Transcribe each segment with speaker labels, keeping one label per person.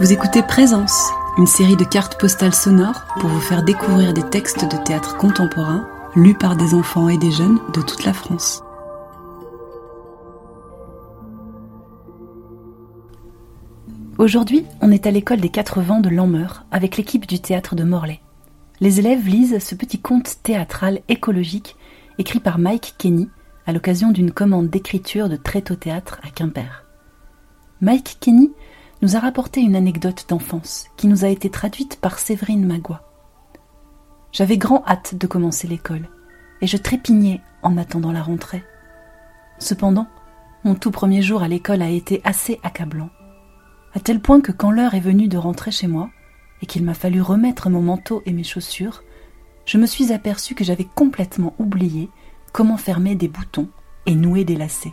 Speaker 1: Vous écoutez Présence, une série de cartes postales sonores pour vous faire découvrir des textes de théâtre contemporain lus par des enfants et des jeunes de toute la France.
Speaker 2: Aujourd'hui, on est à l'école des quatre vents de Lameur avec l'équipe du théâtre de Morlaix. Les élèves lisent ce petit conte théâtral écologique écrit par Mike Kenny à l'occasion d'une commande d'écriture de Tréteau Théâtre à Quimper. Mike Kenny nous a rapporté une anecdote d'enfance qui nous a été traduite par Séverine Magua. J'avais grand hâte de commencer l'école et je trépignais en attendant la rentrée. Cependant, mon tout premier jour à l'école a été assez accablant à tel point que quand l'heure est venue de rentrer chez moi, et qu'il m'a fallu remettre mon manteau et mes chaussures, je me suis aperçu que j'avais complètement oublié comment fermer des boutons et nouer des lacets.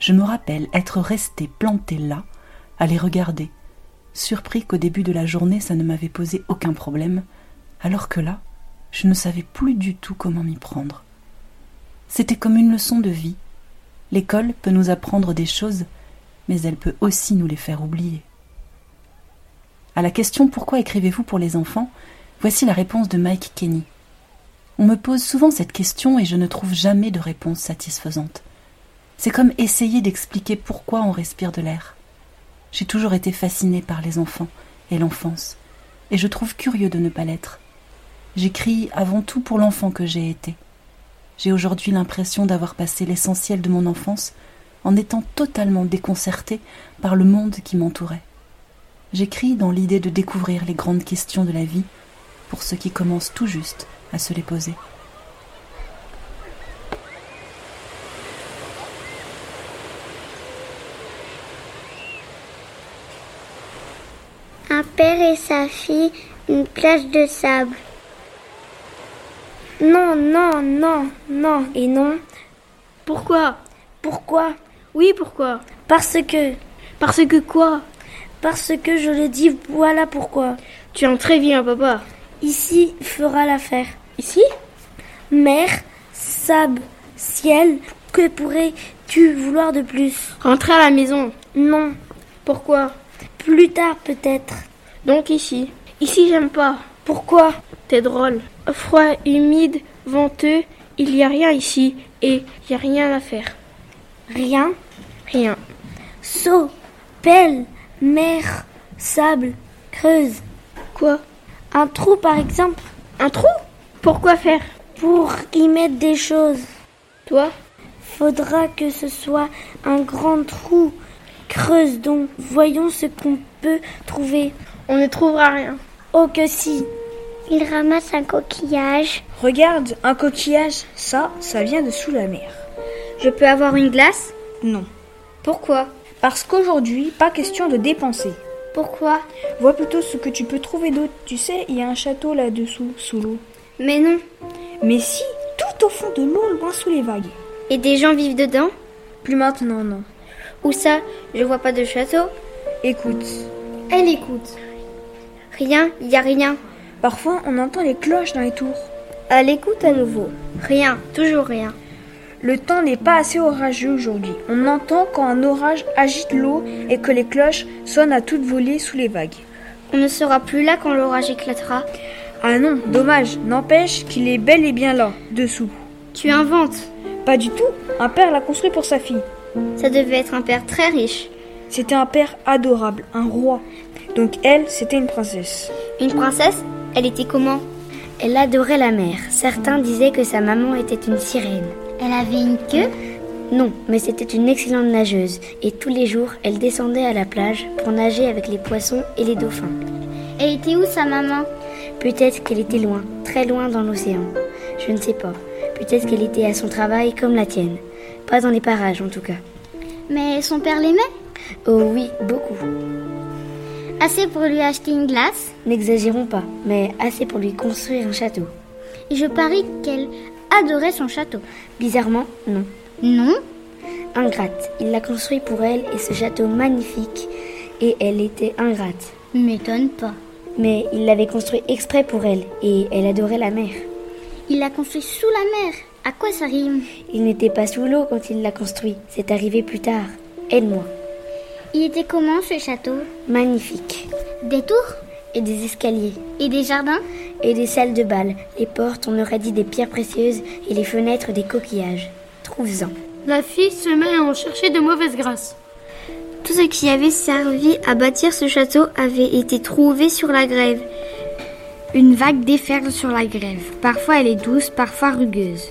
Speaker 2: Je me rappelle être resté planté là, à les regarder, surpris qu'au début de la journée ça ne m'avait posé aucun problème, alors que là, je ne savais plus du tout comment m'y prendre. C'était comme une leçon de vie. L'école peut nous apprendre des choses mais elle peut aussi nous les faire oublier. À la question Pourquoi écrivez-vous pour les enfants voici la réponse de Mike Kenny. On me pose souvent cette question et je ne trouve jamais de réponse satisfaisante. C'est comme essayer d'expliquer pourquoi on respire de l'air. J'ai toujours été fascinée par les enfants et l'enfance, et je trouve curieux de ne pas l'être. J'écris avant tout pour l'enfant que j'ai été. J'ai aujourd'hui l'impression d'avoir passé l'essentiel de mon enfance en étant totalement déconcertée par le monde qui m'entourait. J'écris dans l'idée de découvrir les grandes questions de la vie pour ceux qui commencent tout juste à se les poser.
Speaker 3: Un père et sa fille, une plage de sable. Non, non, non, non et non.
Speaker 4: Pourquoi
Speaker 3: Pourquoi
Speaker 4: Oui, pourquoi
Speaker 3: Parce que.
Speaker 4: Parce que quoi
Speaker 3: Parce que je le dis, voilà pourquoi.
Speaker 4: Tu es un très vilain papa.
Speaker 3: Ici fera l'affaire.
Speaker 4: Ici
Speaker 3: Mer, sable, ciel, que pourrais-tu vouloir de plus
Speaker 4: Rentrer à la maison.
Speaker 3: Non,
Speaker 4: Pourquoi
Speaker 3: plus tard peut-être.
Speaker 4: Donc ici. Ici, j'aime pas.
Speaker 3: Pourquoi
Speaker 4: T'es drôle. Froid, humide, venteux, il y a rien ici et y a rien à faire.
Speaker 3: Rien.
Speaker 4: Rien.
Speaker 3: Seau, pelle, mer, sable, creuse.
Speaker 4: Quoi
Speaker 3: Un trou par exemple,
Speaker 4: Un trou Pourquoi faire
Speaker 3: pour y mettre des choses.
Speaker 4: Toi
Speaker 3: Faudra que ce soit un grand trou. Creuse donc, voyons ce qu'on peut trouver.
Speaker 4: On ne trouvera rien.
Speaker 3: Oh que si
Speaker 5: Il ramasse un coquillage.
Speaker 6: Regarde, un coquillage, ça, ça vient de sous la mer.
Speaker 4: Je peux avoir une glace
Speaker 6: Non.
Speaker 4: Pourquoi
Speaker 6: Parce qu'aujourd'hui, pas question de dépenser.
Speaker 4: Pourquoi
Speaker 6: Vois plutôt ce que tu peux trouver d'autre. Tu sais, il y a un château là-dessous, sous l'eau.
Speaker 4: Mais non.
Speaker 6: Mais si, tout au fond de l'eau, loin sous les vagues.
Speaker 4: Et des gens vivent dedans
Speaker 6: Plus maintenant, non.
Speaker 4: Où ça Je vois pas de château.
Speaker 6: Écoute,
Speaker 5: Elle écoute.
Speaker 4: Rien, il y a rien.
Speaker 6: parfois on entend les cloches dans les tours.
Speaker 4: Elle écoute à nouveau. Rien, toujours rien.
Speaker 6: Le temps n'est pas assez orageux aujourd'hui. On entend quand un orage agite l'eau et que les cloches sonnent à toute volée sous les vagues.
Speaker 4: On ne sera plus là quand l'orage éclatera.
Speaker 6: Ah non, dommage, n'empêche qu'il est bel et bien là, dessous.
Speaker 4: Tu inventes.
Speaker 6: Pas du tout, un père l'a construit pour sa fille.
Speaker 4: Ça devait être un père très riche.
Speaker 6: C'était un père adorable, un roi. Donc elle, c'était une princesse.
Speaker 5: Une princesse, elle était comment Elle adorait la mer. Certains disaient que sa maman était une sirène. Elle avait une queue Non, mais c'était une excellente nageuse. Et tous les jours, elle descendait à la plage pour nager avec les poissons et les dauphins. Elle était où sa maman Peut-être qu'elle était loin, très loin dans l'océan. Je ne sais pas. Peut-être qu'elle était à son travail comme la tienne. Pas dans les parages en tout cas.
Speaker 7: Mais son père l'aimait
Speaker 5: Oh oui, beaucoup.
Speaker 7: Assez pour lui acheter une glace.
Speaker 5: N'exagérons pas, mais assez pour lui construire un château.
Speaker 7: Et je parie qu'elle adorait son château.
Speaker 5: Bizarrement, non.
Speaker 7: Non
Speaker 5: Ingrate. Il l'a construit pour elle et ce château magnifique. Et elle était ingrate.
Speaker 7: M'étonne pas.
Speaker 5: Mais il l'avait construit exprès pour elle et elle adorait la mer.
Speaker 7: Il l'a construit sous la mer,
Speaker 3: À quoi ça rime
Speaker 8: Il n'était pas sous l'eau quand il l'a construit, c'est arrivé plus tard. Aide-moi.
Speaker 3: Il était comment ce château
Speaker 8: Magnifique.
Speaker 3: Des tours
Speaker 8: Et des escaliers.
Speaker 3: Et des jardins
Speaker 8: Et des salles de bal. Les portes, on aurait dit des pierres précieuses, et les fenêtres des coquillages. Trouve-en.
Speaker 9: La fille se met à en chercher de mauvaises grâces.
Speaker 3: Tout ce qui avait servi à bâtir ce château avait été trouvé sur la grève. Une vague déferle sur la grève. Parfois elle est douce, parfois rugueuse.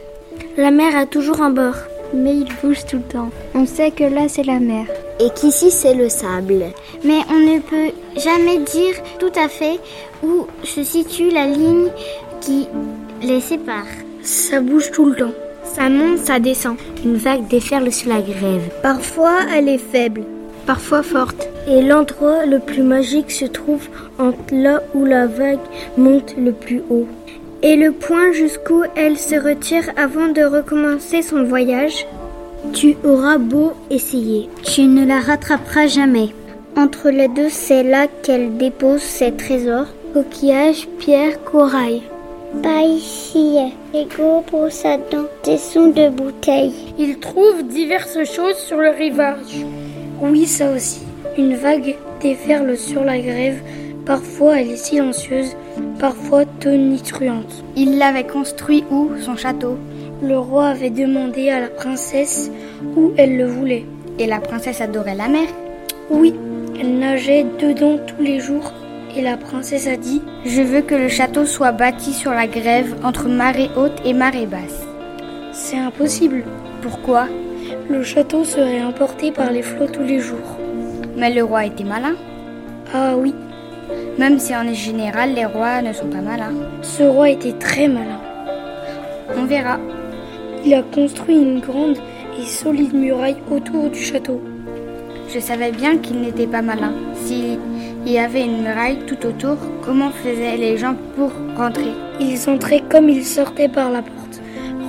Speaker 4: La mer a toujours un bord.
Speaker 3: Mais il bouge tout le temps. On sait que là c'est la mer.
Speaker 8: Et qu'ici, c'est le sable.
Speaker 3: Mais on ne peut jamais dire tout à fait où se situe la ligne qui les sépare.
Speaker 4: Ça bouge tout le temps.
Speaker 3: Ça monte, ça descend.
Speaker 8: Une vague déferle sur la grève.
Speaker 4: Parfois, elle est faible.
Speaker 9: Parfois forte.
Speaker 4: Et l'endroit le plus magique se trouve entre là où la vague monte le plus haut.
Speaker 3: Et le point jusqu'où elle se retire avant de recommencer son voyage
Speaker 4: Tu auras beau essayer.
Speaker 3: Tu ne la rattraperas jamais.
Speaker 4: Entre les deux, c'est là qu'elle dépose ses trésors, coquillages, pierres, corail.
Speaker 3: Pas ici. Les gros brosses à dents, des sons de bouteilles.
Speaker 9: Il trouve diverses choses sur le rivage.
Speaker 4: Oui, ça aussi. Une vague déferle sur la grève. Parfois, elle est silencieuse, parfois tonitruante.
Speaker 3: Il l'avait construit où, son château
Speaker 4: Le roi avait demandé à la princesse où elle le voulait.
Speaker 3: Et la princesse adorait la mer.
Speaker 4: Oui, elle nageait dedans tous les jours. Et la princesse a dit
Speaker 3: Je veux que le château soit bâti sur la grève entre marée haute et marée basse.
Speaker 4: C'est impossible.
Speaker 3: Pourquoi
Speaker 4: Le château serait emporté par les flots tous les jours.
Speaker 3: Mais le roi était malin.
Speaker 4: Ah oui,
Speaker 3: Même si en général les rois ne sont pas malins.
Speaker 4: ce roi était très malin.
Speaker 3: On verra.
Speaker 4: Il a construit une grande et solide muraille autour du château.
Speaker 3: Je savais bien qu'il n'était pas malin. S'il y avait une muraille tout autour, comment faisaient les gens pour rentrer
Speaker 4: Ils entraient comme ils sortaient par la porte.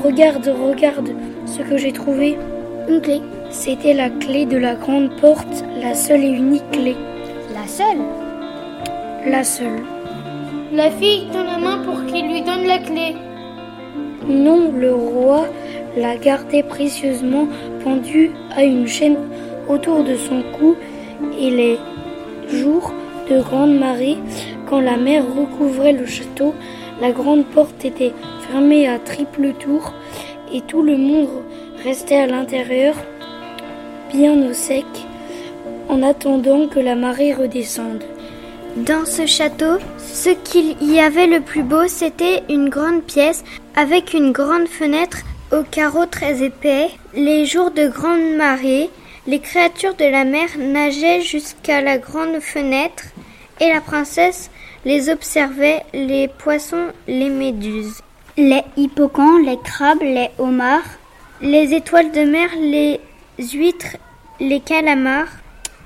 Speaker 4: Regarde, regarde ce que j'ai trouvé.
Speaker 3: Une clé.
Speaker 4: C'était la clé de la grande porte, la seule et unique clé.
Speaker 3: La seule
Speaker 4: La seule.
Speaker 9: La fille tend la main pour qu'il lui donne la clé.
Speaker 4: Non, le roi la gardait précieusement pendue à une chaîne autour de son cou et les jours de grande marée, quand la mer recouvrait le château, la grande porte était fermée à triple tour et tout le monde restait à l'intérieur, bien au sec, en attendant que la marée redescende.
Speaker 3: Dans ce château, ce qu'il y avait le plus beau, c'était une grande pièce avec une grande fenêtre aux carreaux très épais. Les jours de grande marée, les créatures de la mer nageaient jusqu'à la grande fenêtre et la princesse les observait, les poissons, les méduses. Les hippocampes, les crabes, les homards, les étoiles de mer, les huîtres, les calamars.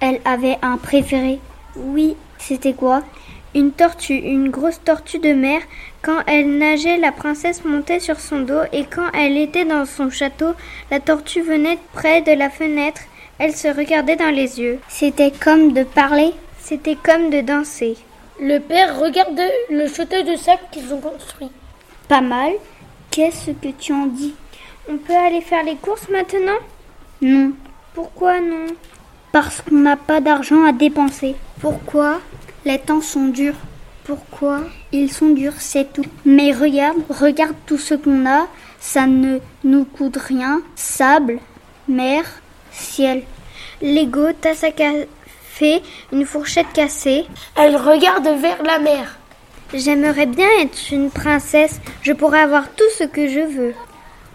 Speaker 3: Elle avait un préféré. Oui, c'était quoi Une tortue, une grosse tortue de mer. Quand elle nageait, la princesse montait sur son dos et quand elle était dans son château, la tortue venait près de la fenêtre. Elle se regardait dans les yeux. C'était comme de parler, c'était comme de danser.
Speaker 9: Le père regarde le château de sable qu'ils ont construit.
Speaker 3: Pas mal. Qu'est-ce que tu en dis On peut aller faire les courses maintenant Non. Pourquoi non Parce qu'on n'a pas d'argent à dépenser. Pourquoi Les temps sont durs. Pourquoi Ils sont durs, c'est tout. Mais regarde, regarde tout ce qu'on a. Ça ne nous coûte rien. Sable, mer, ciel. Lego, tasse à café, une fourchette cassée.
Speaker 9: Elle regarde vers la mer.
Speaker 3: J'aimerais bien être une princesse. Je pourrais avoir tout ce que je veux.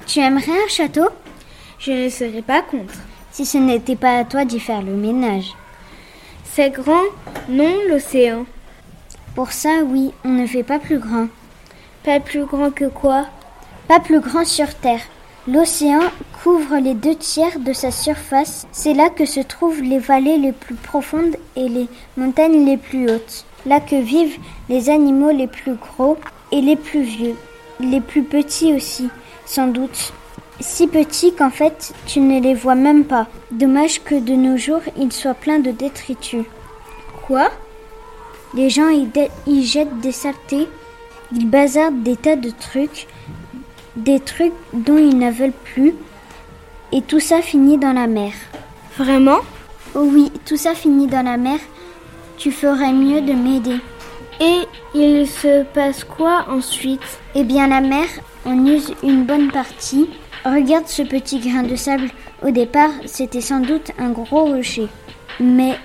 Speaker 3: Tu aimerais un château
Speaker 8: Je ne serais pas contre. Si ce n'était pas à toi d'y faire le ménage.
Speaker 3: C'est grand, non l'océan.
Speaker 8: Pour ça, oui, on ne fait pas plus grand.
Speaker 3: Pas plus grand que quoi
Speaker 8: Pas plus grand sur Terre. L'océan couvre les deux tiers de sa surface. C'est là que se trouvent les vallées les plus profondes et les montagnes les plus hautes. Là que vivent les animaux les plus gros et les plus vieux. Les plus petits aussi, sans doute. Si petits qu'en fait tu ne les vois même pas. Dommage que de nos jours ils soient pleins de détritus. Quoi Les gens y, dé- y jettent des saletés, ils bazardent des tas de trucs,
Speaker 3: des trucs dont ils ne veulent plus, et tout ça finit dans la mer.
Speaker 10: Vraiment
Speaker 3: Oh oui, tout ça finit dans la mer. Tu ferais mieux de m'aider.
Speaker 11: Et il se passe quoi ensuite
Speaker 3: Eh bien, la mer en use une bonne partie. Regarde ce petit grain de sable. Au départ, c'était sans doute un gros rocher. Mais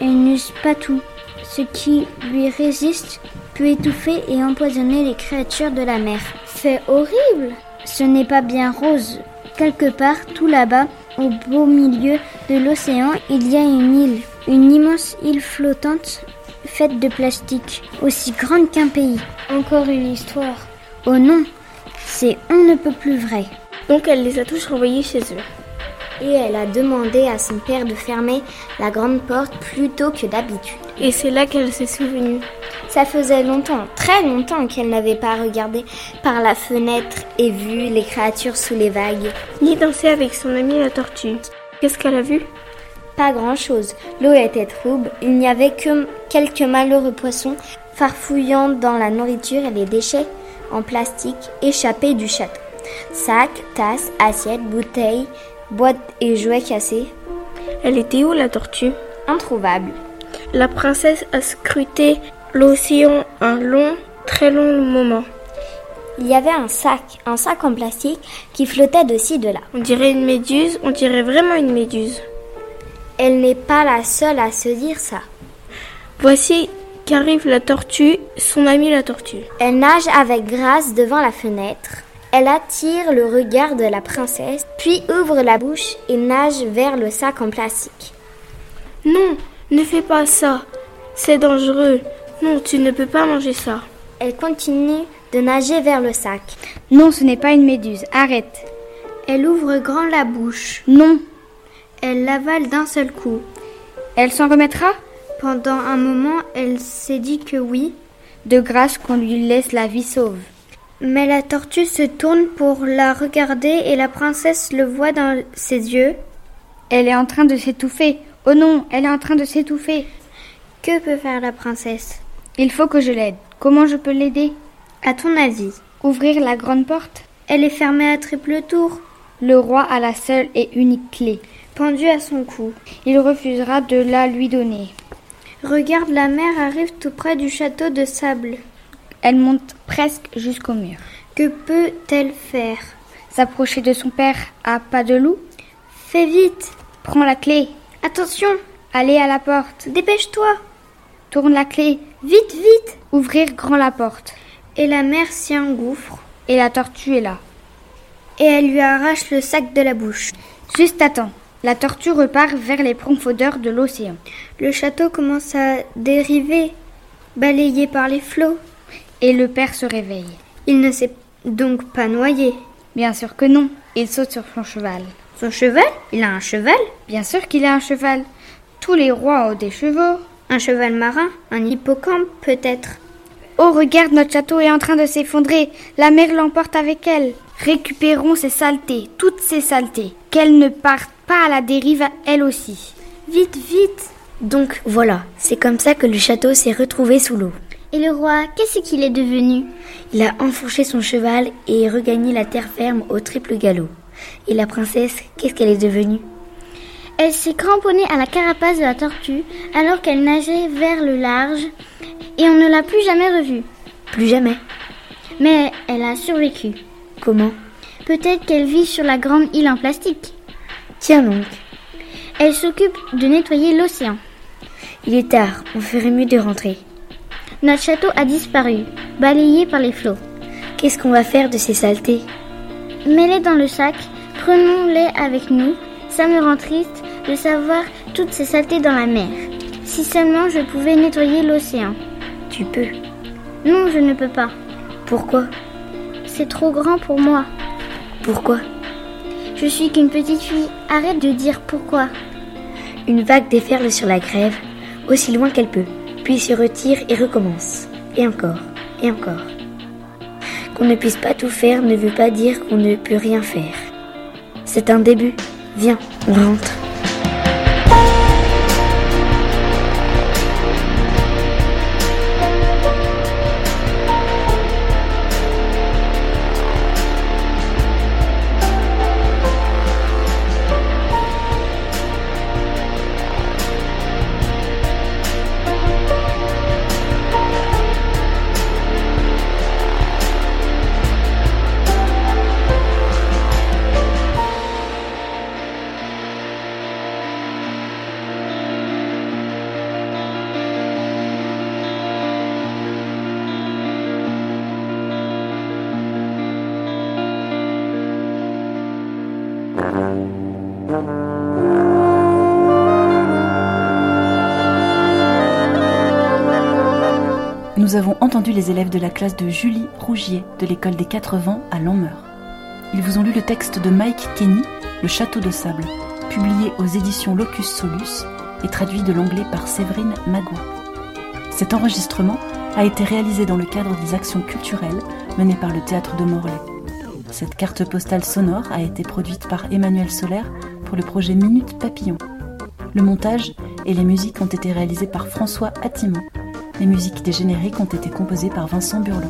Speaker 3: elle n'use pas tout. Ce qui lui résiste peut étouffer et empoisonner les créatures de la mer.
Speaker 11: C'est horrible
Speaker 3: Ce n'est pas bien rose. Quelque part, tout là-bas, au beau milieu de l'océan, il y a une île. Une immense île flottante faite de plastique, aussi grande qu'un pays.
Speaker 11: Encore une histoire.
Speaker 3: Oh non, c'est on ne peut plus vrai.
Speaker 10: Donc elle les a tous renvoyés chez eux.
Speaker 4: Et elle a demandé à son père de fermer la grande porte plus tôt que d'habitude.
Speaker 10: Et c'est là qu'elle s'est souvenue.
Speaker 4: Ça faisait longtemps, très longtemps qu'elle n'avait pas regardé par la fenêtre et vu les créatures sous les vagues.
Speaker 10: Ni danser avec son amie la tortue. Qu'est-ce qu'elle a vu
Speaker 4: Pas grand-chose. L'eau était trouble, il n'y avait que quelques malheureux poissons farfouillant dans la nourriture et les déchets en plastique échappés du château. Sacs, tasses, assiettes, bouteilles, boîtes et jouets cassés,
Speaker 10: Elle était où la tortue
Speaker 4: introuvables.
Speaker 10: La princesse a scruté l'océan un long, très long moment.
Speaker 4: Il y avait un sac, un sac en plastique qui flottait de ci, de là.
Speaker 10: On dirait une méduse, on dirait vraiment une méduse.
Speaker 4: Elle n'est pas Ah, la seule à se dire ça.
Speaker 10: Voici qu'arrive la tortue, son amie la tortue.
Speaker 4: Elle nage avec grâce devant la fenêtre. Elle attire le regard de la princesse, puis ouvre la bouche et nage vers le sac en plastique.
Speaker 10: Non, ne fais pas ça. C'est dangereux. Non, tu ne peux pas manger ça.
Speaker 4: Elle continue de nager vers le sac.
Speaker 3: Non, ce n'est pas une méduse. Arrête.
Speaker 4: Elle ouvre grand la bouche.
Speaker 3: Non.
Speaker 4: Elle l'avale d'un seul coup.
Speaker 3: Elle s'en remettra
Speaker 4: Pendant un moment, elle s'est dit que oui,
Speaker 3: De grâce qu'on lui laisse la vie sauve.
Speaker 4: mais la tortue se tourne pour la regarder et la princesse le voit dans ses yeux.
Speaker 3: Elle est en train de s'étouffer. Oh non, elle est en train de s'étouffer.
Speaker 4: Que peut faire la princesse
Speaker 3: Il faut que je l'aide. Comment je peux l'aider
Speaker 4: À ton avis,
Speaker 3: Ouvrir la grande porte
Speaker 4: elle est fermée à triple tour,
Speaker 3: Le roi a la seule et unique clé.
Speaker 4: pendue à son cou.
Speaker 3: Il refusera de la lui donner.
Speaker 4: Regarde, la mer arrive tout près du château de sable.
Speaker 3: Elle monte presque jusqu'au mur.
Speaker 4: Que peut-elle faire
Speaker 3: S'approcher de son père à pas de loup
Speaker 4: Fais vite
Speaker 3: Prends la clé.
Speaker 4: Attention
Speaker 3: Aller à la porte.
Speaker 4: Dépêche-toi
Speaker 3: Tourne la clé.
Speaker 4: Vite, vite
Speaker 3: Ouvrir grand la porte.
Speaker 4: Et la mer s'y engouffre,
Speaker 3: Et la tortue est là.
Speaker 4: et elle lui arrache le sac de la bouche.
Speaker 3: Juste attends. La tortue repart vers les profondeurs de l'océan.
Speaker 4: Le château commence à dériver, balayé par les flots.
Speaker 3: Et le père se réveille.
Speaker 4: Il ne s'est donc pas noyé.
Speaker 3: Bien sûr que non. Il saute sur son cheval.
Speaker 4: Son cheval Il a un cheval
Speaker 3: Bien sûr qu'il a un cheval. Tous les rois ont des chevaux.
Speaker 4: Un cheval marin Un hippocampe peut-être
Speaker 3: Oh, regarde, notre château est en train de s'effondrer. La mer l'emporte avec elle. Récupérons ses saletés, toutes ses saletés. Qu'elle ne parte pas à la dérive, elle aussi.
Speaker 4: Vite, vite Donc voilà, c'est comme ça que le château s'est retrouvé sous l'eau.
Speaker 3: Et le roi, qu'est-ce qu'il est devenu
Speaker 4: Il a enfourché son cheval et regagné la terre ferme au triple galop. Et la princesse, qu'est-ce qu'elle est devenue
Speaker 3: Elle s'est cramponnée à la carapace de la tortue alors qu'elle nageait vers le large et on ne l'a plus jamais revue.
Speaker 4: Plus jamais.
Speaker 3: Mais elle a survécu.
Speaker 4: Comment
Speaker 3: Peut-être qu'elle vit sur la grande île en plastique.
Speaker 4: Tiens donc,
Speaker 3: Elle s'occupe de nettoyer l'océan.
Speaker 4: il est tard, on ferait mieux de rentrer.
Speaker 3: Notre château a disparu, balayé par les flots.
Speaker 4: Qu'est-ce qu'on va faire de ces saletés
Speaker 3: Mets-les dans le sac, prenons-les avec nous. Ça me rend triste de savoir toutes ces saletés dans la mer. Si seulement je pouvais nettoyer l'océan.
Speaker 4: Tu peux.
Speaker 3: Non, je ne peux pas.
Speaker 4: Pourquoi
Speaker 3: C'est trop grand pour moi.
Speaker 4: Pourquoi
Speaker 3: Je suis qu'une petite fille. Arrête de dire pourquoi.
Speaker 4: Une vague déferle sur la grève, aussi loin qu'elle peut, puis se retire et recommence. Et encore, et encore. Qu'on ne puisse pas tout faire ne veut pas dire qu'on ne peut rien faire. C'est un début. Viens, on rentre.
Speaker 2: Nous avons entendu les élèves de la classe de Julie Rougier de l'école des 80 à Longmeur. Ils vous ont lu le texte de Mike Kenny, Le Château de Sable, publié aux éditions Locus Solus et traduit de l'anglais par Séverine Magou. Cet enregistrement a été réalisé dans le cadre des actions culturelles menées par le théâtre de Morlaix. Cette carte postale sonore a été produite par Emmanuel Solaire pour le projet Minute Papillon. Le montage et les musiques ont été réalisés par François Attimon. Les musiques des génériques ont été composées par Vincent Burlot.